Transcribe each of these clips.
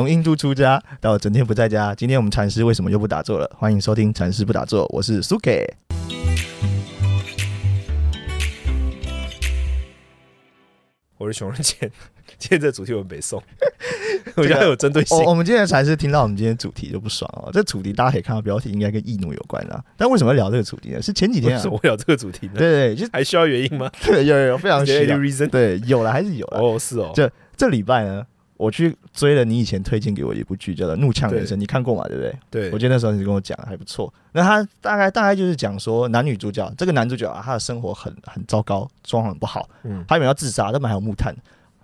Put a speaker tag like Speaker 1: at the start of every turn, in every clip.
Speaker 1: 从印度出家到整天不在家，今天我们禅师为什么又不打坐了？欢迎收听《禅师不打坐》，我是苏给。
Speaker 2: 我是熊仁谦。 今天这主题我们 北宋，
Speaker 1: 个
Speaker 2: 我觉得很有针对性
Speaker 1: 哦我、。我们今天的禅师听到我们今天的主题就不爽哦。这主题大家可以看到标题，应该跟易怒有关啦。但为什么要聊这个主题呢？是前几
Speaker 2: 为
Speaker 1: 天、啊
Speaker 2: 什，么我聊这个主题呢？
Speaker 1: 对对，就
Speaker 2: 还需要原因吗？
Speaker 1: 对有有 有非常需
Speaker 2: Any
Speaker 1: 要，
Speaker 2: reason？
Speaker 1: 对有了还是有了。
Speaker 2: 哦，是哦
Speaker 1: 这，这礼拜呢，我去追了你以前推荐给我一部剧，叫做《怒呛人生》，你看过吗？对不对？
Speaker 2: 对
Speaker 1: 我，记得那时候你跟我讲还不错。那他大概大概就是讲说男女主角，这个男主角啊，他的生活很很糟糕，状况很不好，
Speaker 2: 嗯，
Speaker 1: 他原本要自杀，但还有木炭。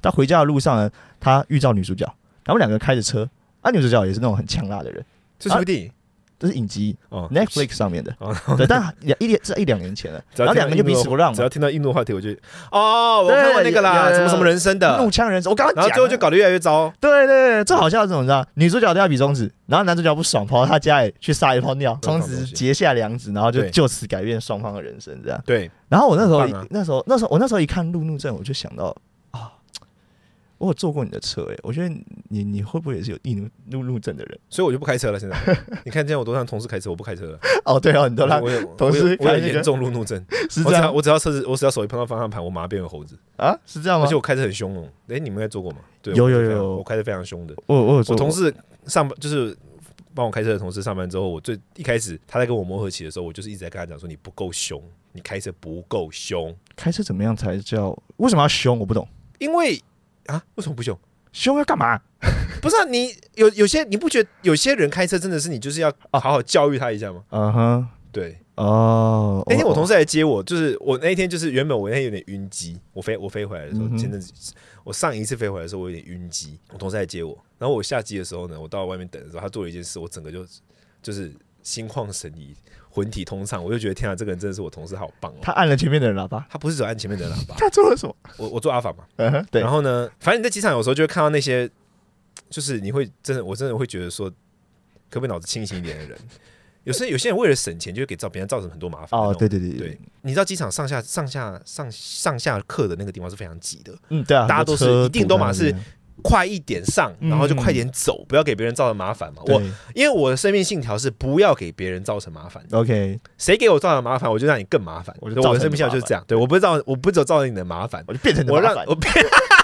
Speaker 1: 他回家的路上呢，他遇到女主角，他们两个开着车，啊，女主角也是那种很呛辣的人，
Speaker 2: 这
Speaker 1: 啊
Speaker 2: 什么电影？
Speaker 1: 这是影集
Speaker 2: 哦
Speaker 1: Netflix 上面的，
Speaker 2: 哦
Speaker 1: 对，但两一这一两年前了，
Speaker 2: 只
Speaker 1: 然
Speaker 2: 要
Speaker 1: 后
Speaker 2: 听到
Speaker 1: 两个就彼此不让
Speaker 2: 只
Speaker 1: 嘛
Speaker 2: 要，听到印度话题，我就哦，我
Speaker 1: 对
Speaker 2: 看过那
Speaker 1: 有
Speaker 2: 个
Speaker 1: 有
Speaker 2: 啦，
Speaker 1: 有
Speaker 2: 什么什么人生的
Speaker 1: 怒，呛人，我刚刚
Speaker 2: 然后
Speaker 1: 讲啊
Speaker 2: 最后就
Speaker 1: 了。
Speaker 2: 搞得越来越糟。
Speaker 1: 对对对，最好笑的是什么？你知道，女主角掉比中指，然后男主角不爽，跑到他家里去撒一泡尿，从此结下梁子，然后就
Speaker 2: 对
Speaker 1: 就此改变双方的人生，这样。
Speaker 2: 对，
Speaker 1: 然后我那时候、
Speaker 2: 很棒啊
Speaker 1: 那时候那时候我那时候一看路怒症，我就想到啊，我有坐过你的车诶、我觉得你你会不会也是有易怒路怒症的人？
Speaker 2: 所以我就不开车了。现在你看，今天我都让同事开车，我不开车了。
Speaker 1: 哦，对哦，你 都让
Speaker 2: 我有
Speaker 1: 同事
Speaker 2: 我有我
Speaker 1: 开那
Speaker 2: 有
Speaker 1: 个
Speaker 2: 严重路怒症。
Speaker 1: 是
Speaker 2: 我
Speaker 1: 这
Speaker 2: 只要
Speaker 1: 样
Speaker 2: 我只要车子，我只要手一碰到方向盘，我马上变为猴子。
Speaker 1: 啊？是这样吗
Speaker 2: 而且？我开车很凶哦。哎，你们应该做过吗？对，
Speaker 1: 有
Speaker 2: 我开
Speaker 1: 有
Speaker 2: 得非常
Speaker 1: 有
Speaker 2: 我开的非常凶的。
Speaker 1: 我我有坐过
Speaker 2: 我同事上班就是帮我开车的同事上班之后，我最一开始他在跟我磨合期的时候，我就是一直在跟他讲说你不够凶，你开车不够凶，
Speaker 1: 开车怎么样才叫？为什么要凶？我不懂，
Speaker 2: 因为啊为什么不凶？
Speaker 1: 凶要干嘛？
Speaker 2: 不是啊，你有有些你不觉得有些人开车真的是你就是要好好教育他一下吗？
Speaker 1: 嗯哼，
Speaker 2: 对，
Speaker 1: 哦，
Speaker 2: 那天我同事来接我，就是我那一天就是原本我那天有点晕机，我飞我飞回来的时候
Speaker 1: 嗯，哼
Speaker 2: 前阵子我上一次飞回来的时候我有点晕机，我同事来接我，然后我下机的时候呢，我到外面等的时候，他做了一件事，我整个就就是心旷神怡，魂体通畅，我就觉得天啊，这个人真的是我同事好棒哦。
Speaker 1: 他按了前面的人喇叭，
Speaker 2: 他不是只有按前面的喇叭，
Speaker 1: 他做了什么？
Speaker 2: 我我做阿法嘛，
Speaker 1: 嗯哼，对
Speaker 2: 然，后呢，反正你在机场有时候就会看到那些，就是你会真的，我真的会觉得说，可不可以脑子清醒一点的人，有时候有些人为了省钱，就会给造别人造成很多麻烦。
Speaker 1: 哦，对对对
Speaker 2: 对，你知道机场上下上下上上下客的那个地方是非常挤的，
Speaker 1: 嗯，对啊，
Speaker 2: 大家都是一定都嘛是
Speaker 1: 对
Speaker 2: 快一点上，
Speaker 1: 嗯
Speaker 2: 然后就快点走，不要给别人造成麻烦嘛。我因为我的生命信条是不要给别人造成麻烦，
Speaker 1: OK，
Speaker 2: 谁给我造成麻烦，我就让你更麻烦。
Speaker 1: 我就
Speaker 2: 对
Speaker 1: 造成
Speaker 2: 我的生命信条就是这样，对我不是造，我不只有造成你的麻烦，
Speaker 1: 我就变成你的
Speaker 2: 我
Speaker 1: 麻
Speaker 2: 让
Speaker 1: 烦
Speaker 2: 我变，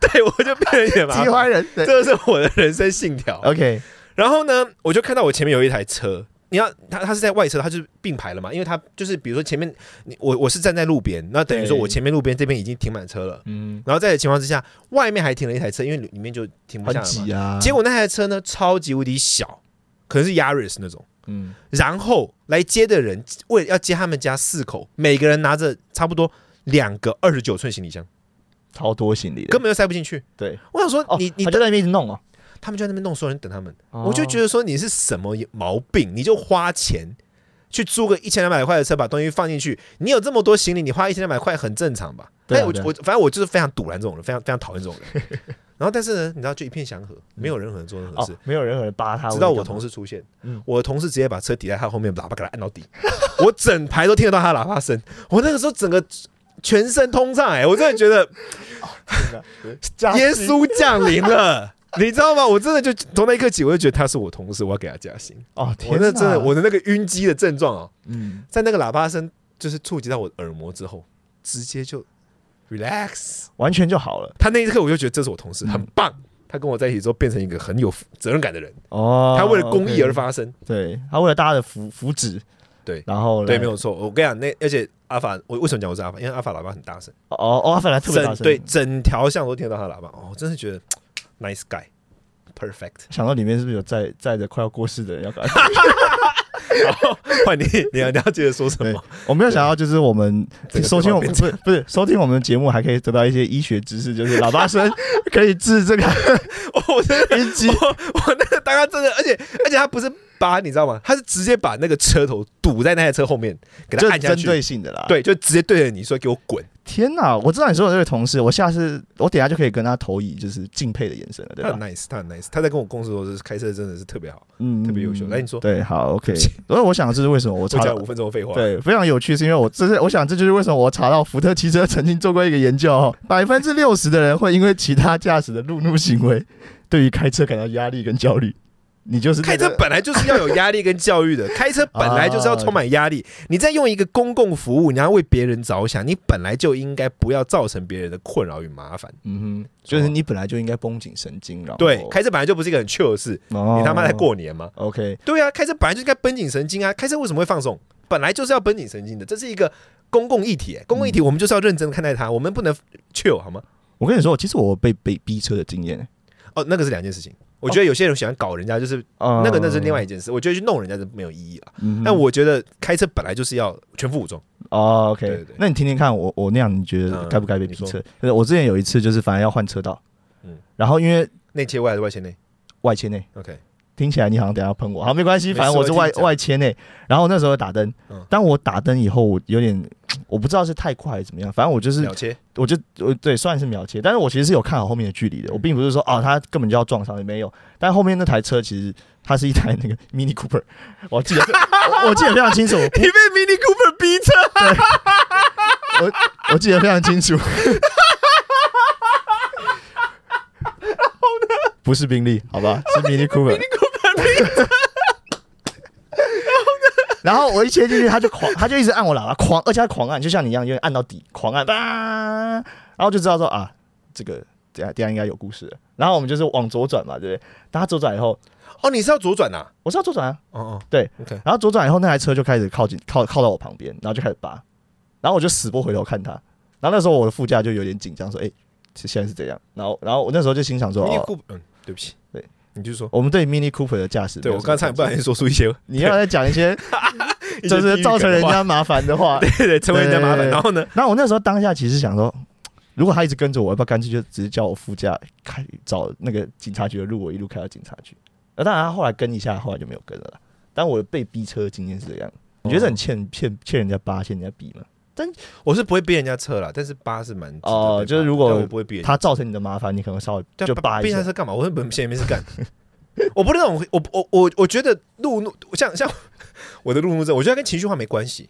Speaker 2: 对我就变成你 的麻
Speaker 1: 喜
Speaker 2: 烦，
Speaker 1: 欢人，对
Speaker 2: 这是我的人生信条。
Speaker 1: ，OK，
Speaker 2: 然后呢，我就看到我前面有一台车，你要它它是在外车，它就是并排了嘛，因为它就是比如说前面你我我是站在路边，那等于说
Speaker 1: 对
Speaker 2: 我前面路边这边已经停满车了，
Speaker 1: 嗯，
Speaker 2: 然后在的情况之下，外面还停了一台车，因为里里面就停不
Speaker 1: 很
Speaker 2: 下了嘛。
Speaker 1: 挤啊，
Speaker 2: 结果那台车呢，超级无敌小，可能是 Yaris 那种。
Speaker 1: 嗯，
Speaker 2: 然后来接的人为了要接他们家四口，每个人拿着差不多两个二十九寸行李箱，
Speaker 1: 超多行李的，
Speaker 2: 根本就塞不进去。
Speaker 1: 对，
Speaker 2: 我想说
Speaker 1: 哦，
Speaker 2: 你，哦你
Speaker 1: 他就在那边一直弄哦，
Speaker 2: 他们就在那边弄，所有人等他们。
Speaker 1: 我
Speaker 2: 我就觉得说你是什么毛病，你就花钱去租个一千两百块的车，把东西放进去。你有这么多行李，你花一千两百块很正常吧？
Speaker 1: 对啊
Speaker 2: 但我
Speaker 1: 对啊
Speaker 2: 我反正我就是非常堵拦这种人，非常非常讨厌这种人。然后但是呢，你知道就一片祥和，没有任何人做任何
Speaker 1: 哦
Speaker 2: 事，，
Speaker 1: 没有任何人扒他，
Speaker 2: 直到我
Speaker 1: 就干
Speaker 2: 同
Speaker 1: 嘛
Speaker 2: 事出现
Speaker 1: 嗯，
Speaker 2: 我的同事直接把车抵在他后面，喇叭给他按到底，我整排都听得到他的喇叭声。我那个时候整个全身通畅，哎，我真的 觉得。
Speaker 1: 加
Speaker 2: 耶
Speaker 1: 薪
Speaker 2: 稣降临了，你知道吗？我真的就从那一刻起，我就觉得他是我同事，我要给他加薪。
Speaker 1: 哦，
Speaker 2: 我
Speaker 1: 天
Speaker 2: 那
Speaker 1: 哪，
Speaker 2: 真的，我的那个晕机的症状啊，
Speaker 1: 嗯，
Speaker 2: 在那个喇叭声就是触及到我耳膜之后，直接就 relax。
Speaker 1: 完全就好了
Speaker 2: 他那一刻我就觉得这是我同事，
Speaker 1: 嗯
Speaker 2: 很棒。他跟我在一起之后，变成一个很有责任感的人。
Speaker 1: 哦，
Speaker 2: 他为了公益
Speaker 1: OK
Speaker 2: 而，发声，
Speaker 1: 对他为了大家的福福祉，
Speaker 2: 对
Speaker 1: 然后
Speaker 2: 对，没
Speaker 1: 有，
Speaker 2: 有错。我跟你讲，那而且阿法，我为什么讲我是阿法？因为阿法喇叭很大声，
Speaker 1: 哦哦，他本来特别大
Speaker 2: 整
Speaker 1: 声，
Speaker 2: 对，整条巷都听得到他的喇叭。哦，我真的觉得 nice guy，perfect。
Speaker 1: 想到里面是不是有载载着快要过世的人要赶快
Speaker 2: 换你，你要你要接着说什
Speaker 1: 对
Speaker 2: 么？，
Speaker 1: 我没有想到，就是我们
Speaker 2: 这 个
Speaker 1: 收听我们
Speaker 2: 变
Speaker 1: 不是不是收听我们的节目，还可以得到一些医学知识，就是喇叭 声可以治这个
Speaker 2: 我真的，
Speaker 1: 晕机。
Speaker 2: 我我那个当时真的，而且而且他不是把你知道吗？他是直接把那个车头堵在那台车后面，给他
Speaker 1: 就
Speaker 2: 按下
Speaker 1: 针
Speaker 2: 去。
Speaker 1: 对性的啦，，
Speaker 2: 对，就直接对着你说给我滚。
Speaker 1: 天哪！我知道你说的这位同事，我下次我等一下就可以跟他投以就是敬佩的眼神了，对啊
Speaker 2: 他很
Speaker 1: 吧？
Speaker 2: nice，他很 nice，他在跟我共事的时候，就是开车真的是特别好。
Speaker 1: 嗯，
Speaker 2: 特别优秀来你说
Speaker 1: 对，好，OK。所以 我想这是为什么我
Speaker 2: 我
Speaker 1: 查
Speaker 2: 讲
Speaker 1: 到
Speaker 2: 了五分钟的废话，
Speaker 1: 对，非常有趣，是因为我这是我想这就是为什么我查到福特汽车曾经做过一个研究、哦，百分之六十的人会因为其他驾驶的路怒行为对于开车感到压力跟焦虑，你就是那
Speaker 2: 开车
Speaker 1: 个
Speaker 2: 本来就是要有压力跟 教育的，开车本来就是要充满压
Speaker 1: 啊
Speaker 2: 力。你在用一个公共服务，你要为别人着想，你本来就应该不要造成别人的困扰与麻烦。
Speaker 1: 嗯哼，就是你本来就应该绷紧神经，然后
Speaker 2: 对，开车本来就不是一个很 chill 的事，
Speaker 1: 哦
Speaker 2: 你他妈在过年吗？
Speaker 1: OK，
Speaker 2: 对啊，开车本来就应该绷紧神经啊，开车为什么会放松？本来就是要绷紧神经的，这是一个公共议题、公共议题我们就是要认真看待它，我们不能 chill 好吗？
Speaker 1: 我跟你说，其实我被被逼车的经验，
Speaker 2: 哦，那个是两件事情。我觉得有些人喜欢搞人家，就是那个那是另外一件事。我觉得去弄人家是没有意义了。
Speaker 1: 哦呃嗯哼。
Speaker 2: 但我觉得开车本来就是要全副武装。
Speaker 1: 哦，OK，
Speaker 2: 对对对
Speaker 1: 那你听听看我，我那样你觉得
Speaker 2: 嗯
Speaker 1: 该不该被
Speaker 2: 你
Speaker 1: 逼
Speaker 2: 说
Speaker 1: 车？呃我之前有一次就是反正要换车道，
Speaker 2: 嗯
Speaker 1: 然后因为
Speaker 2: 内切外还是外切内
Speaker 1: 外切内，
Speaker 2: ？OK，
Speaker 1: 听起来你好像等一下要喷我，好，没关系，
Speaker 2: 没事
Speaker 1: 反正我是
Speaker 2: 我
Speaker 1: 外
Speaker 2: 听你讲
Speaker 1: 外切内，然后那时候打灯
Speaker 2: 嗯，
Speaker 1: 当我打灯以后，我有点我不知道是太快还是怎么样，反正我就是
Speaker 2: 秒切。
Speaker 1: 我就我对算是秒切，但是我其实是有看好后面的距离
Speaker 2: 嗯
Speaker 1: 的，我并不是说啊他根本就要撞上你没有，但后面那台车其实它是一台那个 Mini Cooper，我记得我我记得非常清楚，
Speaker 2: 你被 Mini Cooper 逼车，
Speaker 1: 我记得非常清楚。然后呢？不是宾利，好吧， 是 Mini Cooper。然后我一切进去，他就狂，他就一直按我喇叭，狂，而且他狂按，就像你一样，有点按到底，狂按，啊，然后就知道说啊，这个等下等下应该有故事了。然后我们就是往左转嘛，对不对？当他左转以后，
Speaker 2: 哦，你是要左转呐、
Speaker 1: 我是要左转啊，
Speaker 2: 哦哦，
Speaker 1: 对
Speaker 2: ，OK，
Speaker 1: 然后左转以后，那台车就开始靠近，靠靠到我旁边，然后就开始扒，然后我就死不回头看他。然后那时候我的副驾就有点紧张，说：“哎、是现在是怎样？”然后，然后我那时候就心想说：“
Speaker 2: ，Mini
Speaker 1: 哦，
Speaker 2: Cooper，嗯，对不起，
Speaker 1: 对，
Speaker 2: 你就说，
Speaker 1: 我们对 Mini Cooper 的驾驶，
Speaker 2: 对我刚才不小
Speaker 1: 然
Speaker 2: 心说出一些，
Speaker 1: 你要再讲一些
Speaker 2: 一些
Speaker 1: 就是造成人
Speaker 2: 地狱梗的
Speaker 1: 家麻烦的话。
Speaker 2: 话，对对，成为人家麻烦。
Speaker 1: 对
Speaker 2: 然后呢，
Speaker 1: 然后我那时候当下其实想说，如果他一直跟着我，要不要干脆就直接叫我副驾开找那个警察局的路，我一路开到警察局。那当然，他后来跟一下，后来就没有跟了啦。但我被逼车的经验是这
Speaker 2: 哦
Speaker 1: 样，你觉得很欠欠欠人家八，欠人家逼吗？
Speaker 2: 我是不会逼人家车啦，但是八是蛮值得
Speaker 1: 哦
Speaker 2: 被
Speaker 1: 就是
Speaker 2: 骂
Speaker 1: 如果
Speaker 2: 但我不会逼人家，
Speaker 1: 他造成你的麻烦，你可能稍微
Speaker 2: 对啊
Speaker 1: 就
Speaker 2: 扒
Speaker 1: 扒
Speaker 2: 逼
Speaker 1: 一
Speaker 2: 人家
Speaker 1: 下。
Speaker 2: 车干嘛？我本闲没事干， 我不是那种，我我我我觉得路怒，像像我的路怒症，我觉得跟情绪化没关系。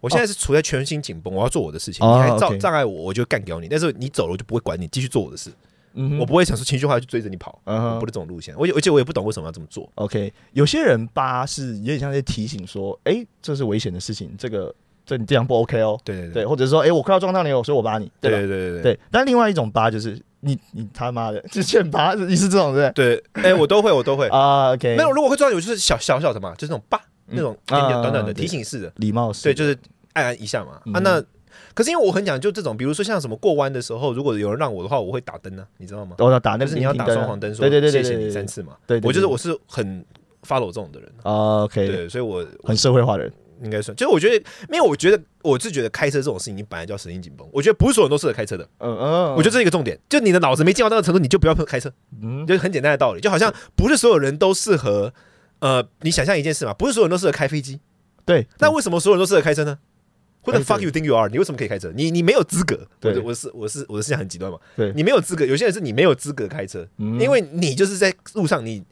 Speaker 2: 我现在是处在全心紧绷，我要做我的事情，
Speaker 1: 哦
Speaker 2: 你还障
Speaker 1: OK
Speaker 2: 障碍我，我就干掉你。但是你走了，我就不会管你，继续做我的事，
Speaker 1: 嗯哼
Speaker 2: 我不会想说情绪化去追着你跑。
Speaker 1: 嗯哼
Speaker 2: 我不是这种路线，我也而且我也不懂为什么要这么做。
Speaker 1: OK，有些人扒是有点像在提醒说，哎、这是危险的事情，这个这你这样不 OK 哦，
Speaker 2: 对对对
Speaker 1: 对，或者说，哎、我快要撞到你了，所以我扒你，对吧？
Speaker 2: 对对对对
Speaker 1: 对，但另外一种扒就是你你他妈的 就欠扒，你是这种对不
Speaker 2: 对，哎，我都会，我都会
Speaker 1: 对？。 啊，OK，
Speaker 2: 那种如果会撞到有，就是小小小的嘛，就是那种叭
Speaker 1: 嗯
Speaker 2: 那种点点短短
Speaker 1: 啊
Speaker 2: 的
Speaker 1: 对
Speaker 2: 提醒式的，
Speaker 1: 礼貌是
Speaker 2: 对，就是按按一下嘛。啊，
Speaker 1: 嗯
Speaker 2: 那可是因为我很讲究这种，比如说像什么过弯的时候，如果有人让我的话，我会打灯啊，你知道吗？
Speaker 1: 我要打那
Speaker 2: 就
Speaker 1: 个
Speaker 2: 是你要
Speaker 1: 停
Speaker 2: 打
Speaker 1: 灯啊
Speaker 2: 双黄灯，说
Speaker 1: 对对对对对
Speaker 2: 谢谢
Speaker 1: 对
Speaker 2: 你
Speaker 1: 对
Speaker 2: 三次嘛。
Speaker 1: 对对对
Speaker 2: 我觉得我是很 follow 这种的人，
Speaker 1: 啊，OK，
Speaker 2: 对，所以我
Speaker 1: 很社会化的人，
Speaker 2: 应该算，就是我觉得，因为我觉得我是觉得开车这种事情，你本来就要神经紧绷，我觉得不是所有人都适合开车的，
Speaker 1: 嗯嗯，
Speaker 2: 我觉得这是一个重点，就你的脑子没进到那个程度，你就不要开车。
Speaker 1: 嗯
Speaker 2: 就是很简单的道理，就好像不是所有人都适合，呃，你想象一件事嘛，不是所有人都适合开飞机，
Speaker 1: 对，
Speaker 2: 那为什么所有人都适合开车呢？Who the
Speaker 1: 哎对
Speaker 2: fuck you think you are？你为什么可以开车？你你没有资格。我
Speaker 1: 对
Speaker 2: 的我是我是我的思想很极端嘛。
Speaker 1: 对
Speaker 2: 你没有资格。有些人是你没有资格开车，
Speaker 1: 嗯
Speaker 2: 因为你就是在路上你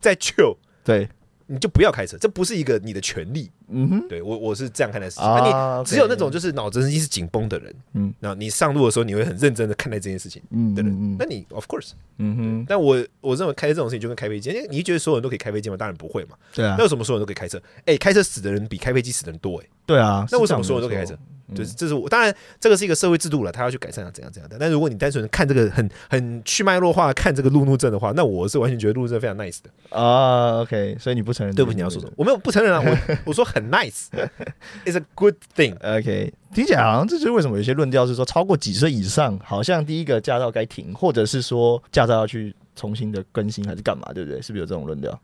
Speaker 2: 在 chill，
Speaker 1: 对，
Speaker 2: 你就不要开车，这不是一个你的权利。
Speaker 1: 嗯哼，
Speaker 2: 对我我是这样看待事情。
Speaker 1: 啊
Speaker 2: 啊、你只有
Speaker 1: OK
Speaker 2: 那种就是脑子神经是紧绷的人，
Speaker 1: 嗯
Speaker 2: 然后你上路的时候你会很认真的看待这件事情
Speaker 1: 嗯
Speaker 2: 的人，
Speaker 1: 嗯
Speaker 2: 那你 of course。
Speaker 1: 嗯哼，
Speaker 2: 但我我认为开车这种事情就跟开飞机，因为你觉得所有人都可以开飞机吗？当然不会嘛。
Speaker 1: 对啊
Speaker 2: 那，为什么所有人都可以开车？哎、开车死的人比开飞机死的人多哎、
Speaker 1: 对啊，
Speaker 2: 那为什么
Speaker 1: 是
Speaker 2: 所
Speaker 1: 这样
Speaker 2: 有人都可以
Speaker 1: 没
Speaker 2: 开
Speaker 1: 错
Speaker 2: 车？
Speaker 1: 嗯
Speaker 2: 就是这是我当然这个是一个社会制度了，他要去改善啊，怎样怎样的。但如果你单纯看这个很很去脉络化地看这个路怒症的话，那我是完全觉得路怒症非常 nice 的。
Speaker 1: 啊，OK，所以你不承认？
Speaker 2: 对不起，你要说什么？我没有不承认啊， 我我说很 nice，is a good thing。
Speaker 1: OK，听起来好像这就是为什么有些论调是说，超过几岁以上，好像第一个驾照该停，或者是说驾照要去重新的更新，还是干嘛，对不对？是不是有这种论调？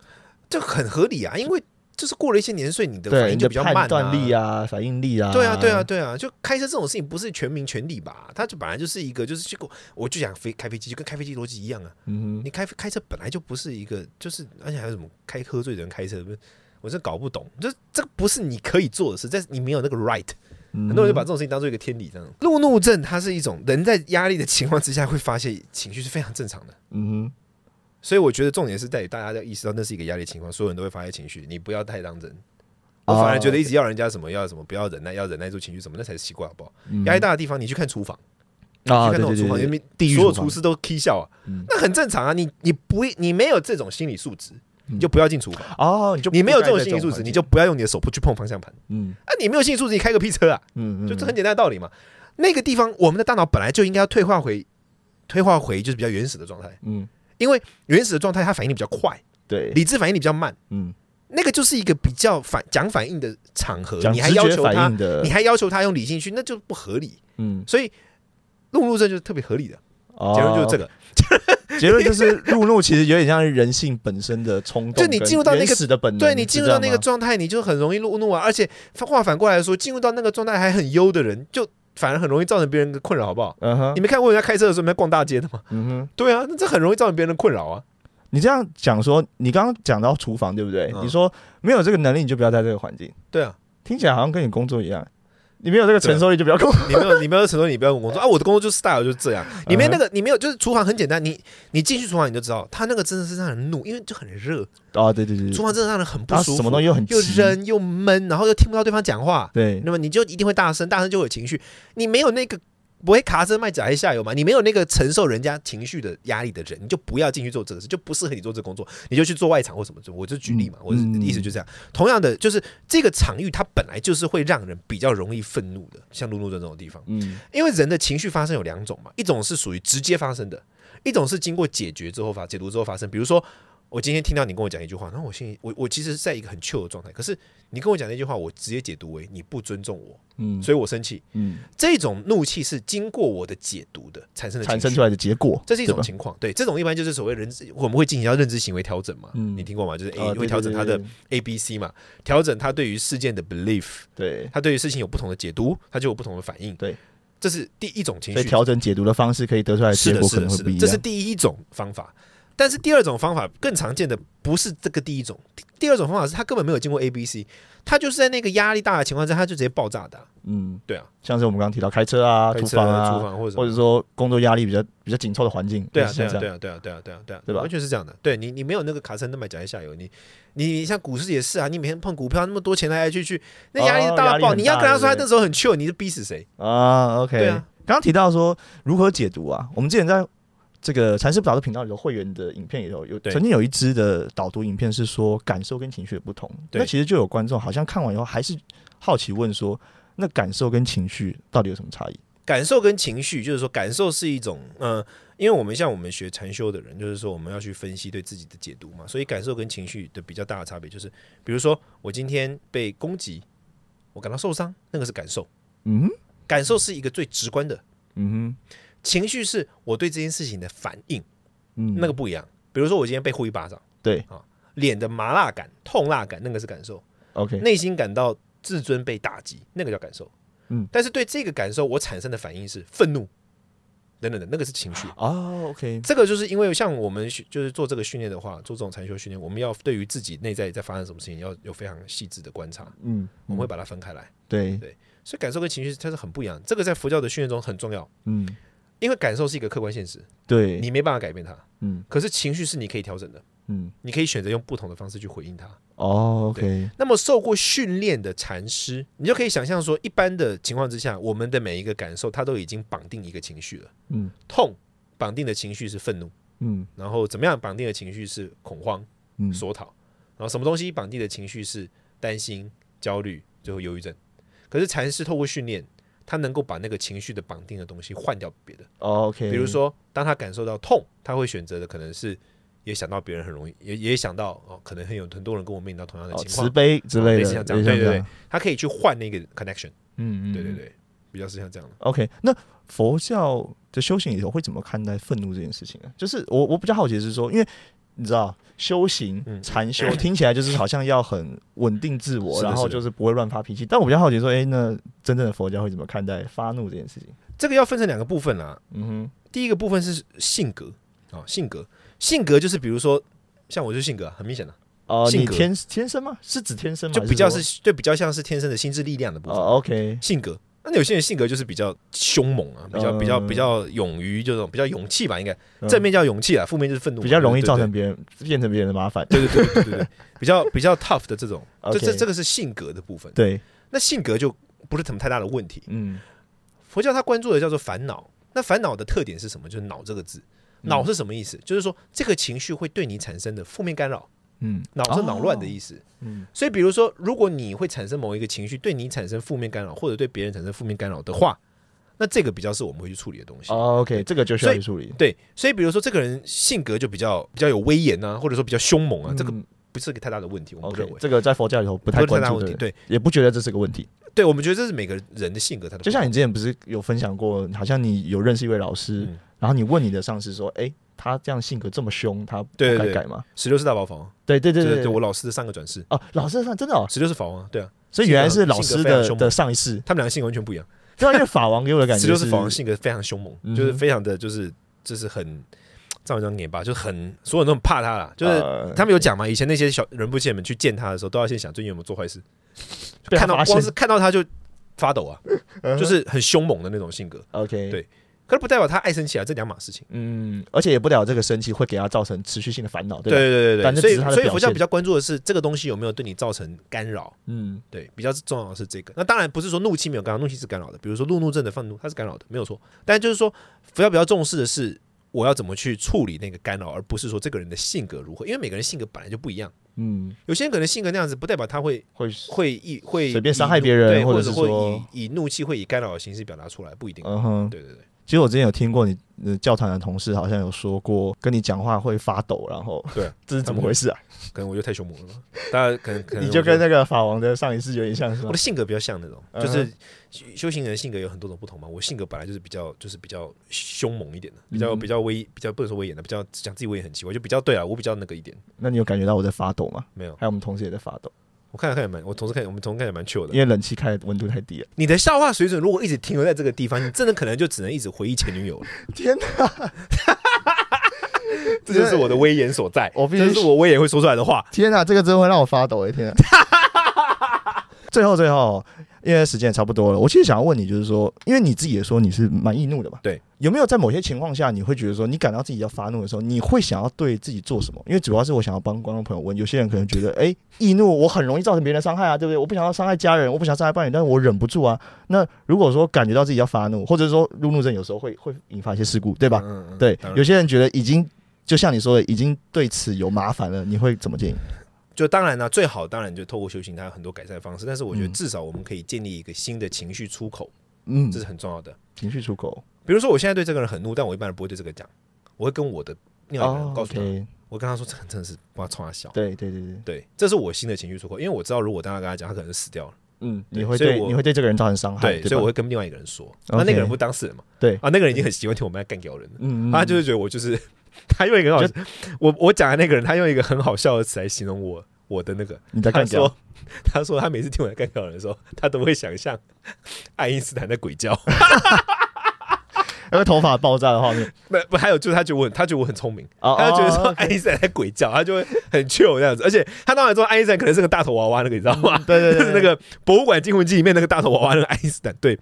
Speaker 2: 这很合理啊，因为就是过了一些年岁，你的反
Speaker 1: 对，
Speaker 2: 应
Speaker 1: 你
Speaker 2: 就
Speaker 1: 的
Speaker 2: 比较慢、啊、
Speaker 1: 判断力啊，反应力啊，
Speaker 2: 对啊，对啊，，对啊，就开车这种事情不是全民全力吧？它就本来就是一个，就是结果我就想飞开飞机，就跟开飞机逻辑一样啊。
Speaker 1: 嗯
Speaker 2: 你开开车本来就不是一个，就是而且还有什么开喝醉的人开车，不是我真搞不懂，就这个不是你可以做的事，但是你没有那个 right。
Speaker 1: 哼，
Speaker 2: 很多人就把
Speaker 1: 嗯
Speaker 2: 这种事情当做一个天理这样。路怒症它是一种人在压力的情况之下会发泄情绪是非常正常的。
Speaker 1: 嗯
Speaker 2: 所以我觉得重点是在于大家要意识到那是一个压力情况，所有人都会发泄情绪，你不要太当真。
Speaker 1: 哦
Speaker 2: 我反而觉得一直要人家什么要什么，不要忍耐，要忍耐住情绪什么，那才是奇怪，好不好？
Speaker 1: 哼，
Speaker 2: 压力大的地方，你去看厨房，
Speaker 1: 啊，嗯对
Speaker 2: 去看那
Speaker 1: 对
Speaker 2: 种厨
Speaker 1: 对
Speaker 2: 房，
Speaker 1: 对
Speaker 2: 因
Speaker 1: 对
Speaker 2: 为，
Speaker 1: 地狱
Speaker 2: 所有
Speaker 1: 厨
Speaker 2: 厨
Speaker 1: 房
Speaker 2: 师都 K 笑啊，
Speaker 1: 嗯
Speaker 2: 那很正常啊。你你不你没有这种心理素质，你
Speaker 1: 嗯
Speaker 2: 就不要进厨房。
Speaker 1: 哦，你就
Speaker 2: 你没有这种
Speaker 1: 不该在
Speaker 2: 心理素质，
Speaker 1: 环
Speaker 2: 你
Speaker 1: 境
Speaker 2: 就不要用你的手不去碰方向盘。
Speaker 1: 嗯
Speaker 2: 啊，你没有心理素质，你开个屁车啊！
Speaker 1: 嗯，嗯
Speaker 2: 就这很简单的道理嘛。那个地方，我们的大脑本来就应该要退化回，退化回就是比较原始的状态，
Speaker 1: 嗯
Speaker 2: 因为原始的状态它反应力比较快，
Speaker 1: 对，
Speaker 2: 理智反应力比较慢。
Speaker 1: 嗯，
Speaker 2: 那个就是一个比较反讲反应的场合，
Speaker 1: 讲
Speaker 2: 你还
Speaker 1: 直
Speaker 2: 要
Speaker 1: 觉
Speaker 2: 求
Speaker 1: 反
Speaker 2: 他
Speaker 1: 应，的
Speaker 2: 你，还要求他用理性去，那就不合理。
Speaker 1: 嗯，
Speaker 2: 所以路怒症就是特别合理的结
Speaker 1: 结
Speaker 2: 论，就是这
Speaker 1: 个，哦
Speaker 2: 个。
Speaker 1: 结论就是路怒其实有点像是人性本身的冲动，
Speaker 2: 就你进入到那个
Speaker 1: 的本能，
Speaker 2: 对你
Speaker 1: 是
Speaker 2: 进入
Speaker 1: 这
Speaker 2: 到
Speaker 1: 样
Speaker 2: 那个
Speaker 1: 吗
Speaker 2: 状态，你就很容易路怒啊。而且话反过来说，进入到那个状态还很优的人，就反而很容易造成别人的困扰，好不好？
Speaker 1: 嗯哼
Speaker 2: 你没看过人家开车的时候，人家逛大街的吗？
Speaker 1: 嗯哼，
Speaker 2: 对啊，那这很容易造成别人的困扰啊。
Speaker 1: 你这样讲说，你刚刚讲到厨房对不对？
Speaker 2: 嗯
Speaker 1: 你说没有这个能力，你就不要在这个环境，
Speaker 2: 对啊，
Speaker 1: 听起来好像跟你工作一样，你没有这个承受力就不要工作，
Speaker 2: 你没有，你没有承诺，你不要问工作啊。我的工作就是 style 就是这样，
Speaker 1: 嗯
Speaker 2: 你没那个，你没有，就是厨房很简单，你你进去厨房你就知道，它那个真的是让人怒，因为就很热，
Speaker 1: 哦，对对对，对
Speaker 2: 厨房真的让人很不
Speaker 1: 然后
Speaker 2: 舒服，
Speaker 1: 什么东西又很
Speaker 2: 又
Speaker 1: 急，
Speaker 2: 扔又闷，然后又听不到对方讲话，
Speaker 1: 对，
Speaker 2: 那么你就一定会大声，大声就会有情绪。你没有那个不会卡车卖假黑下游嘛？你没有那个承受人家情绪的压力的人，你就不要进去做这个事，就不适合你做这个工作，你就去做外场或什么。我就举例嘛，
Speaker 1: 嗯
Speaker 2: 我的
Speaker 1: 嗯
Speaker 2: 意思就这样。同样的，就是这个场域它本来就是会让人比较容易愤怒的，像路怒症这种地方，
Speaker 1: 嗯
Speaker 2: 因为人的情绪发生有两种嘛，一种是属于直接发生的，一种是经过解决之后发解读之后发生，比如说。我今天听到你跟我讲一句话，然后我心里我我其实是在一个很 chill 的状态，可是你跟我讲那句话，我直接解读为你不尊重我，
Speaker 1: 嗯
Speaker 2: 所以我生气。
Speaker 1: 嗯，
Speaker 2: 这种怒气是经过我的解读的产生的
Speaker 1: 产
Speaker 2: 情
Speaker 1: 生
Speaker 2: 绪
Speaker 1: 出来的结果，
Speaker 2: 这是一
Speaker 1: 对
Speaker 2: 种
Speaker 1: 吧
Speaker 2: 情况。对，这种一般就是所谓认知，我们会进行到认知行为调整嘛。
Speaker 1: 嗯
Speaker 2: 你听过吗？就是
Speaker 1: 啊
Speaker 2: A
Speaker 1: 对
Speaker 2: 会调整他
Speaker 1: 对
Speaker 2: 的 A、B、C 嘛，调整他对于事件的 belief，
Speaker 1: 对，
Speaker 2: 他对于事情有不同的解读，他就有不同的反应。
Speaker 1: 对，
Speaker 2: 这是第一种情
Speaker 1: 所以
Speaker 2: 绪。
Speaker 1: 调整解读的方式可以得出来
Speaker 2: 是
Speaker 1: 呃结
Speaker 2: 的，
Speaker 1: 果
Speaker 2: 是
Speaker 1: 可能
Speaker 2: 的，
Speaker 1: 会
Speaker 2: 是
Speaker 1: 不
Speaker 2: 的
Speaker 1: 一，
Speaker 2: 这是
Speaker 1: 样。
Speaker 2: 第一种方法。但是第二种方法更常见的不是这个第一种，第第二种方法是他根本没有经过 A、B、C，他就是在那个压力大的情况下，他就直接爆炸的啊、
Speaker 1: 嗯，
Speaker 2: 对啊，
Speaker 1: 像是我们刚刚提到开车啊、
Speaker 2: 开
Speaker 1: 厨
Speaker 2: 车
Speaker 1: 房啊、
Speaker 2: 厨房或者什么
Speaker 1: 或者说工作压力比较比较紧凑的环境，
Speaker 2: 对
Speaker 1: 也
Speaker 2: 啊，
Speaker 1: 是
Speaker 2: 对
Speaker 1: 像
Speaker 2: 啊，
Speaker 1: 这样
Speaker 2: 对啊，对啊，对啊，对啊，对啊，
Speaker 1: 对吧
Speaker 2: 完全是这样的。对你，你没有那个卡层那买假一下游，你你你像股市也是啊，你每天碰股票那么多钱来来去去，那压力
Speaker 1: 哦
Speaker 2: 大
Speaker 1: 压
Speaker 2: 到
Speaker 1: 力
Speaker 2: 爆。
Speaker 1: 很
Speaker 2: 你要
Speaker 1: 大
Speaker 2: 跟他
Speaker 1: 对
Speaker 2: 说他
Speaker 1: 不对
Speaker 2: 那时候很 chill，你是逼死谁？
Speaker 1: 啊，OK，
Speaker 2: 对啊
Speaker 1: 刚刚提到说如何解读啊，我们之前在这个禅师导的频道里头，会员的影片里头有
Speaker 2: 对
Speaker 1: 曾经有一支的导读影片是说感受跟情绪的不同，
Speaker 2: 对
Speaker 1: 那其实就有观众好像看完以后还是好奇问说，那感受跟情绪到底有什么差异？
Speaker 2: 感受跟情绪，就是说感受是一种，嗯、因为我们像我们学禅修的人，就是说我们要去分析对自己的解读嘛，所以感受跟情绪的比较大的差别就是，比如说我今天被攻击，我感到受伤，那个是感受，
Speaker 1: 嗯哼
Speaker 2: 感受是一个最直观的，
Speaker 1: 嗯
Speaker 2: 情绪是我对这件事情的反应，
Speaker 1: 哼嗯，
Speaker 2: 那个不一样。比如说我今天被呼一巴掌。
Speaker 1: 对
Speaker 2: 脸的麻辣感、痛辣感，那个是感受；
Speaker 1: ，OK，
Speaker 2: 内心感到自尊被打击，那个叫感受。
Speaker 1: 嗯，
Speaker 2: 但是对这个感受，我产生的反应是愤怒，等等的，那个是情绪。
Speaker 1: 哦，OK，
Speaker 2: 这个就是因为像我们学就是做这个训练的话，做这种禅修训练，我们要对于自己内在在发生什么事情，要有非常细致的观察，
Speaker 1: 嗯，
Speaker 2: 我们会
Speaker 1: 嗯
Speaker 2: 把它分开来。
Speaker 1: 对，
Speaker 2: 所以感受跟情绪它是很不一样，这个在佛教的训练中很重要，
Speaker 1: 嗯，
Speaker 2: 因为感受是一个客观现实，
Speaker 1: 对，
Speaker 2: 你没办法改变它，
Speaker 1: 嗯
Speaker 2: 可是情绪是你可以调整的，
Speaker 1: 嗯，
Speaker 2: 你可以选择用不同的方式去回应它。
Speaker 1: 哦，OK，
Speaker 2: 那么受过训练的禅师，你就可以想象说，一般的情况之下，我们的每一个感受，它都已经绑定一个情绪了。
Speaker 1: 嗯
Speaker 2: 痛绑定的情绪是愤怒，
Speaker 1: 嗯
Speaker 2: 然后怎么样绑定的情绪是恐慌、
Speaker 1: 嗯，
Speaker 2: 索讨，然后什么东西绑定的情绪是担心、焦虑，最后忧郁症。可是禅师透过训练，他能够把那个情绪的绑定的东西换掉别的，
Speaker 1: 哦，OK，
Speaker 2: 比如，说，当他感受到痛，他会选择的可能是也想到别人很容易，也也想到哦，可能很有很多人跟我面临到同样的
Speaker 1: 哦，
Speaker 2: 情况
Speaker 1: 慈，悲之类
Speaker 2: 类
Speaker 1: 的，
Speaker 2: 似像这
Speaker 1: 类
Speaker 2: 样，
Speaker 1: 似像
Speaker 2: 对对
Speaker 1: 这
Speaker 2: 对
Speaker 1: 样，，
Speaker 2: 他可以去换那个 connection，
Speaker 1: 嗯嗯，
Speaker 2: 对对
Speaker 1: 嗯
Speaker 2: 对，比较是像这样的。
Speaker 1: OK，那佛教的修行里头会怎么看待愤怒这件事情呢？就是我我比较好奇的是说，因为你知道修行
Speaker 2: 嗯
Speaker 1: 禅修听起来就是好像要很稳定自我，
Speaker 2: 是的
Speaker 1: 然后
Speaker 2: 是的
Speaker 1: 就是不会乱发脾气。但我比较好奇说，哎、那真正的佛教会怎么看待发怒这件事情？
Speaker 2: 这个要分成两个部分啦，
Speaker 1: 嗯哼，
Speaker 2: 第一个部分是性格啊、性格，性格就是比如说像我就性格啊、很明显的、
Speaker 1: 哦、
Speaker 2: 性
Speaker 1: 你
Speaker 2: 格
Speaker 1: 天天生吗？是指天生吗？
Speaker 2: 就比较
Speaker 1: 还说
Speaker 2: 是对比较像是天生的心智力量的部分，
Speaker 1: 哦，OK，
Speaker 2: 性格。那有些人性格就是比较凶猛啊，比较比较
Speaker 1: 嗯
Speaker 2: 比较勇于这种比较勇气吧，应该
Speaker 1: 嗯
Speaker 2: 正面叫勇气啊，负面就是愤怒嘛，
Speaker 1: 比较容易
Speaker 2: 对对
Speaker 1: 造成别人变成别人的麻烦。
Speaker 2: 对对对对对对， 比较比较 tough 的这种，这
Speaker 1: OK
Speaker 2: 这这个是性格的部分。
Speaker 1: 对，
Speaker 2: 那性格就不是什么太大的问题，
Speaker 1: 嗯
Speaker 2: 佛教它关注的叫做烦恼。那烦恼的特点是什么？就是恼这个字，
Speaker 1: 嗯
Speaker 2: 恼是什么意思？就是说这个情绪会对你产生的负面干扰，
Speaker 1: 嗯，
Speaker 2: 恼是恼乱的意
Speaker 1: 思，
Speaker 2: 思。
Speaker 1: 嗯
Speaker 2: 所以，比如说，如果你会产生某一个情绪，对你产生负面干扰，或者对别人产生负面干扰的话，那这个比较是我们会去处理的东西。
Speaker 1: 哦，OK，这个就需要去处理，
Speaker 2: 对，所以比如说这个人性格就比较比较有威严啊，或者说比较凶猛啊，这个
Speaker 1: 嗯
Speaker 2: 不是个太大的问题，我们不
Speaker 1: OK，
Speaker 2: 认为。
Speaker 1: 这个在佛教里头不太
Speaker 2: 不是太
Speaker 1: 关
Speaker 2: 大
Speaker 1: 注
Speaker 2: 问题
Speaker 1: 的，
Speaker 2: 对，
Speaker 1: 也不觉得这是个问题。
Speaker 2: 对，我们觉得这是每个人的性格，他的
Speaker 1: 就像你之前不是有分享过，好像你有认识一位老师，
Speaker 2: 嗯
Speaker 1: 然后你问你的上司说，哎，他这样性格这么凶，他不
Speaker 2: 对对
Speaker 1: 该
Speaker 2: 对
Speaker 1: 改吗？
Speaker 2: 十六是大宝房，
Speaker 1: 对对对
Speaker 2: 就是
Speaker 1: 对
Speaker 2: 对我老师的上个转世，
Speaker 1: 哦，老师上真的哦，
Speaker 2: 十六是法王啊，对啊，
Speaker 1: 所以原来是老
Speaker 2: 性
Speaker 1: 师
Speaker 2: 格非常
Speaker 1: 的
Speaker 2: 凶猛
Speaker 1: 的上一世，
Speaker 2: 他们两个性格完全不一样。
Speaker 1: 对啊，因为法王给我的感
Speaker 2: 十
Speaker 1: 觉
Speaker 2: 六 是法王性格非常凶猛，
Speaker 1: 嗯哼
Speaker 2: 就是非常的就是就是很，这样讲也罢，就是很所有人都很怕他啦，就是
Speaker 1: 呃
Speaker 2: 他们有讲嘛，以前那些小人不见们去见他的时候，都要先想最近有没有做坏事，
Speaker 1: 被他
Speaker 2: 看到
Speaker 1: 发现嗯
Speaker 2: 光是看到他就发抖啊，就是很凶猛的那种性格。
Speaker 1: OK，
Speaker 2: 对可是不代表他爱生气啊，这两码事情。
Speaker 1: 嗯，而且也不了这个生气会给他造成持续性的烦恼，对
Speaker 2: 对
Speaker 1: 吧？
Speaker 2: 对对
Speaker 1: 反正
Speaker 2: 对，所以
Speaker 1: 只是他的
Speaker 2: 所以
Speaker 1: 表
Speaker 2: 佛教
Speaker 1: 现
Speaker 2: 比较关注的是这个东西有没有对你造成干扰，
Speaker 1: 嗯，
Speaker 2: 对，比较重要的是这个。那当然不是说怒气没有干扰，怒气是干扰的，比如说路怒症的愤怒，它是干扰的，没有错。但就是说佛教比较重视的是我要怎么去处理那个干扰，而不是说这个人的性格如何，因为每个人性格本来就不一样，
Speaker 1: 嗯，
Speaker 2: 有些人可能性格那样子，不代表他会
Speaker 1: 会
Speaker 2: 会以会
Speaker 1: 随便
Speaker 2: 以
Speaker 1: 伤害
Speaker 2: 怒
Speaker 1: 别人
Speaker 2: 对
Speaker 1: 或
Speaker 2: 或
Speaker 1: 者是
Speaker 2: 会
Speaker 1: 说
Speaker 2: 以以怒气会以干扰的形式表达出来，不一定。
Speaker 1: 嗯哼。
Speaker 2: 对对对，
Speaker 1: 其实我之前有听过你呃教团的同事好像有说过，跟你讲话会发抖，然后
Speaker 2: 对啊
Speaker 1: 这是怎么回事啊？
Speaker 2: 可能我就太凶猛了吧，大家可能可能
Speaker 1: 你
Speaker 2: 我
Speaker 1: 就跟那个法王的上一世有点像是
Speaker 2: 我
Speaker 1: 吗
Speaker 2: 的？性格比较像那种，
Speaker 1: 嗯哼
Speaker 2: 就是修修行人性格有很多种不同嘛。我性格本来就是比较就是比较凶猛一点的，比较
Speaker 1: 嗯
Speaker 2: 比较威，比较不能说威严的，比较讲自己威严很奇怪，就比较对啊，我比较那个一点。
Speaker 1: 那你有感觉到我在发抖吗？
Speaker 2: 没有，
Speaker 1: 还有我们同事也在发抖，
Speaker 2: 我看了看也蛮，我同事看我们同事看也蛮 chill
Speaker 1: 因
Speaker 2: 的。
Speaker 1: 为冷气开的温度太低了。
Speaker 2: 你的笑话水准如果一直停留在这个地方，你真的可能就只能一直回忆前女友了。
Speaker 1: 天哪！
Speaker 2: 这就是我的威严所在，
Speaker 1: 我必须
Speaker 2: 这就是我威严会说出来的话。
Speaker 1: 天啊哪、这个真的会让我发抖哎、天、啊！ 最后最后，因为时间也差不多了，我其实想要问你，就是说，因为你自己也说你是蛮易怒的嘛，
Speaker 2: 对，
Speaker 1: 有没有在某些情况下，你会觉得说，你感到自己要发怒的时候，你会想要对自己做什么？因为主要是我想要帮观众朋友问，有些人可能觉得，哎、易怒我很容易造成别人的伤害啊，对不对？我不想要伤害家人，我不想伤害伴侣，但是我忍不住啊。那如果说感觉到自己要发怒，或者说路怒症有时候会会引发一些事故，对吧？
Speaker 2: 嗯，嗯嗯
Speaker 1: 对
Speaker 2: 当，然
Speaker 1: 有些人觉得已经就像你说的，已经对此有麻烦了，你会怎么建议？
Speaker 2: 就当然呢、最好当然就透过修行，它有很多改善方式。但是我觉得
Speaker 1: 嗯
Speaker 2: 至少我们可以建立一个新的情绪出口，
Speaker 1: 嗯
Speaker 2: 这是很重要的。
Speaker 1: 情绪出口。
Speaker 2: 比如说，我现在对这个人很怒，但我一般人不会对这个讲，我会跟我的另外一个人
Speaker 1: 哦
Speaker 2: 告诉他
Speaker 1: ，OK，
Speaker 2: 我跟他说这个人真的是不要冲他笑。
Speaker 1: 对对对对，
Speaker 2: 对，这是我新的情绪出口，因为我知道如果当他跟他讲，他可能就死掉了。
Speaker 1: 嗯，
Speaker 2: 对
Speaker 1: 你会
Speaker 2: 所以
Speaker 1: 对
Speaker 2: 我
Speaker 1: 你会啊对这个人造成伤害，
Speaker 2: 对，所以我
Speaker 1: 会
Speaker 2: 会跟另外一个人说，啊那那个人不是当事人嘛？
Speaker 1: 对
Speaker 2: 啊，那个人已经很习惯听我们在干掉人了，
Speaker 1: 嗯，嗯
Speaker 2: 他就是觉得我就是 他用一个很好，我我讲的那个人，他用一个很好笑的词来形容我我的那个，
Speaker 1: 你在
Speaker 2: 他
Speaker 1: 干掉
Speaker 2: 说。 他说他每次听我在干掉人的时候，他都会想象爱因斯坦在鬼叫。
Speaker 1: 那个头发爆炸的画 面，
Speaker 2: 不不，还有就是他觉得我很，他觉得我很聪明，
Speaker 1: 哦
Speaker 2: 他就觉得说哎
Speaker 1: 哦
Speaker 2: 爱因斯坦在鬼叫，他就会很 chill 这样子。而且他当然知道爱因斯坦可能是个大头娃娃那个，你知道吗？
Speaker 1: 对嗯对
Speaker 2: 就
Speaker 1: 对
Speaker 2: 是那个博物馆惊魂记里面那个大头娃娃那个爱因斯坦。对，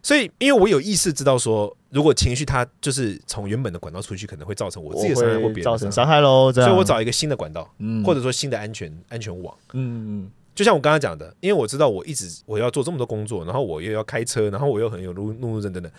Speaker 2: 所以因为我有意识知道说，如果情绪它就是从原本的管道出去，可能会造成我自己的伤害
Speaker 1: 会
Speaker 2: 或别人
Speaker 1: 造
Speaker 2: 的
Speaker 1: 成
Speaker 2: 伤
Speaker 1: 伤害喽，这
Speaker 2: 害，
Speaker 1: 样。
Speaker 2: 所以我找一个新的管道，
Speaker 1: 嗯，
Speaker 2: 或者说新的安全安全网。
Speaker 1: 嗯嗯
Speaker 2: 就像我刚刚讲的，因为我知道我一直我要做这么多工作，然后我又要开车，然后我又很有路怒怒症等等，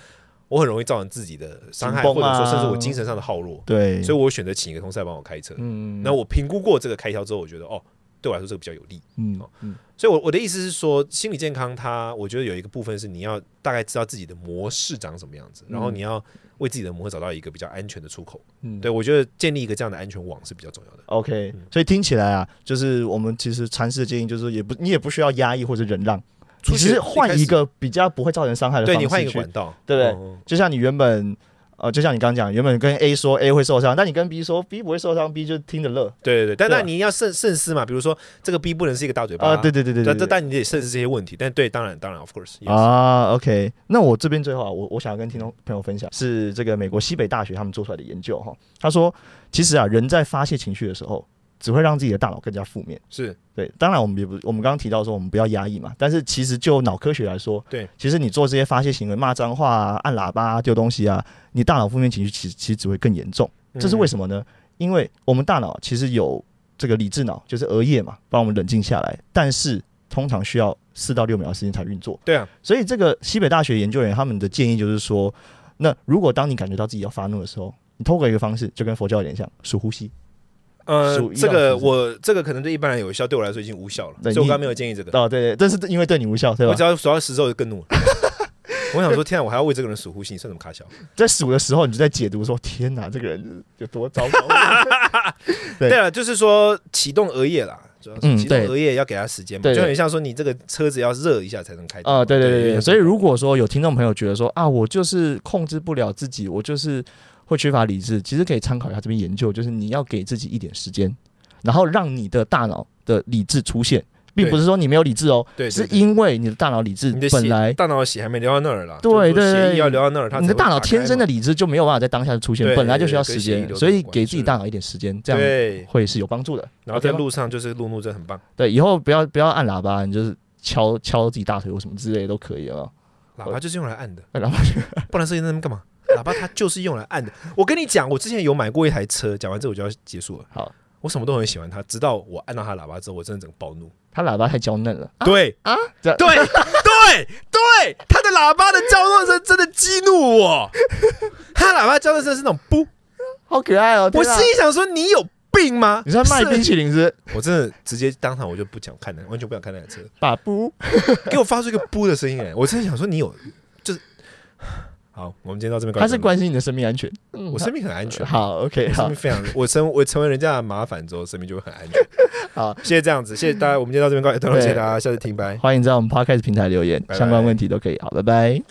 Speaker 2: 我很容易造成自己的伤害，
Speaker 1: 紧绷
Speaker 2: 或者
Speaker 1: 啊
Speaker 2: 说甚至我精神上的耗弱
Speaker 1: 嗯，。对，
Speaker 2: 所以我选择请一个同事来帮我开车。
Speaker 1: 嗯
Speaker 2: 那我评估过这个开销之后，我觉得哦，对我来说这个比较有利。
Speaker 1: 嗯嗯
Speaker 2: 所以我，我的意思是说，心理健康它，我觉得有一个部分是你要大概知道自己的模式长什么样子，然后
Speaker 1: 嗯
Speaker 2: 你要为自己的模式找到一个比较安全的出口。
Speaker 1: 嗯，
Speaker 2: 对我觉得建立一个这样的安全网是比较重要的。
Speaker 1: OK，
Speaker 2: 嗯
Speaker 1: 所以听起来啊，就是我们其实禅师的建议就是，也不你也不需要压抑或者忍让，
Speaker 2: 出
Speaker 1: 只
Speaker 2: 去
Speaker 1: 是换一，个比较不会造成伤害的
Speaker 2: 开始
Speaker 1: 方
Speaker 2: 对你
Speaker 1: 式
Speaker 2: 换一个
Speaker 1: 去
Speaker 2: 管道，
Speaker 1: 对不对
Speaker 2: 嗯嗯
Speaker 1: 就像你原本呃，就像你刚刚讲，原本跟 A 说 A 会受伤，但你跟 B 说 B 不会受伤，B 就听着乐
Speaker 2: 对对对，但
Speaker 1: 对啊
Speaker 2: 那你要慎慎思嘛，比如说这个 B 不能是一个大嘴巴
Speaker 1: 啊，对对对对
Speaker 2: 但
Speaker 1: 对，
Speaker 2: 但你得慎思这些问题。但对，当然当然，of course，yes、
Speaker 1: 啊，OK，那我这边最后啊，我我想要跟听众朋友分享是这个美国西北大学他们做出来的研究哈，他说其实啊，人在发泄情绪的时候，只会让自己的大脑更加负面。
Speaker 2: 是
Speaker 1: 对，当然我们也不，我们刚刚提到说我们不要压抑嘛，但是其实就脑科学来说，
Speaker 2: 对，
Speaker 1: 其实你做这些发泄行为，骂脏话啊、按喇叭啊、丢东西啊，你大脑负面情绪其实其实只会更严重。
Speaker 2: 嗯
Speaker 1: 这是为什么呢？因为我们大脑其实有这个理智脑，就是额叶嘛，帮我们冷静下来，但是通常需要四到六秒的时间才运作。
Speaker 2: 对啊，
Speaker 1: 所以这个西北大学研究人员他们的建议就是说，那如果当你感觉到自己要发怒的时候，你透过一个方式，就跟佛教有点像，数呼吸。
Speaker 2: 呃
Speaker 1: 属，于
Speaker 2: 这
Speaker 1: 要
Speaker 2: 个
Speaker 1: 负责
Speaker 2: 我这个可能对一般人有效，对我来说已经无效了，所
Speaker 1: 对
Speaker 2: 以我刚
Speaker 1: 你
Speaker 2: 刚没有建议这个。
Speaker 1: 哦，对对，但是因为对你无效，对
Speaker 2: 我
Speaker 1: 吧
Speaker 2: 只？要数到十之后就更怒 了。我想说，天啊，我还要为这个人数呼吸，你算什么卡小？
Speaker 1: 在数的时候，你就在解读说：“天哪，这个人有多糟糕。对
Speaker 2: 对了，啊就是说启动额叶啦，主要是
Speaker 1: 嗯
Speaker 2: 启动
Speaker 1: 对
Speaker 2: 额叶要给他时间嘛，
Speaker 1: 对对
Speaker 2: 就很像说你这个车子要热一下才能开”动。
Speaker 1: 啊，对对对
Speaker 2: 对
Speaker 1: 对。所以如果说有听众朋友觉得说啊，我就是控制不了自己，我就是会缺乏理智，其实可以参考一下这边研究，就是你要给自己一点时间，然后让你的大脑的理智出现，并
Speaker 2: 对
Speaker 1: 不是说你没有理智哦，
Speaker 2: 对，对
Speaker 1: 是
Speaker 2: 对
Speaker 1: 因为你的大脑理智
Speaker 2: 你的
Speaker 1: 本来
Speaker 2: 血，大脑的血还没流到那儿啦，
Speaker 1: 对
Speaker 2: 就是
Speaker 1: 对
Speaker 2: 说
Speaker 1: 对
Speaker 2: 血液要流到那儿，它
Speaker 1: 你的
Speaker 2: 才会
Speaker 1: 大脑
Speaker 2: 打开
Speaker 1: 天生的
Speaker 2: 嘛
Speaker 1: 理智就没有办法在当下出现
Speaker 2: 对，
Speaker 1: 本来就需要时
Speaker 2: 对对
Speaker 1: 间，
Speaker 2: 对
Speaker 1: 所以
Speaker 2: 跟血液流动有关
Speaker 1: 给自己大脑一点时间，这样
Speaker 2: 对，
Speaker 1: 会是有帮助的。
Speaker 2: 然后在
Speaker 1: OK 吗
Speaker 2: 路上就是路怒真的很棒，
Speaker 1: 对，以后不要不要按喇叭，你就是敲敲自己大腿或什么之类的都可以啊。
Speaker 2: 喇叭就是用来按的，
Speaker 1: 那喇叭
Speaker 2: 不然设计在那边干嘛？喇叭它就是用来按的。我跟你讲，我之前有买过一台车，讲完这我就要结束了。
Speaker 1: 好，
Speaker 2: 我什么都很喜欢它，直到我按到它喇叭之后，我真的整个暴怒。
Speaker 1: 它喇叭太娇嫩了。
Speaker 2: 对
Speaker 1: 啊这
Speaker 2: 对对对，它的喇叭的叫唤声真的激怒我。它喇叭叫唤声是那种不，
Speaker 1: 好可爱哦！
Speaker 2: 我
Speaker 1: 天啊
Speaker 2: 心里想说你有病吗？
Speaker 1: 你在卖
Speaker 2: 是
Speaker 1: 冰淇淋是不是？
Speaker 2: 我真的直接当场我就不想看了，完全不想看那台车，
Speaker 1: 把布
Speaker 2: 给我发出一个“噗”的声音哎！我真的想说你有，就是 好，我们今天到这边。
Speaker 1: 他是，关心你的生命安全。嗯
Speaker 2: 我生命很安全，
Speaker 1: 好，OK，
Speaker 2: 我生
Speaker 1: 好
Speaker 2: 命，非常，我成我成为人家的麻烦之后，生命就会很安全。
Speaker 1: 好，
Speaker 2: 谢谢这样子，谢谢大家，我们今天到这边告一段落，
Speaker 1: 对
Speaker 2: 谢谢大家，下次听拜。
Speaker 1: 欢迎在我们 Podcast 平台留言，
Speaker 2: 拜拜
Speaker 1: 相关问题都可以。好，拜拜。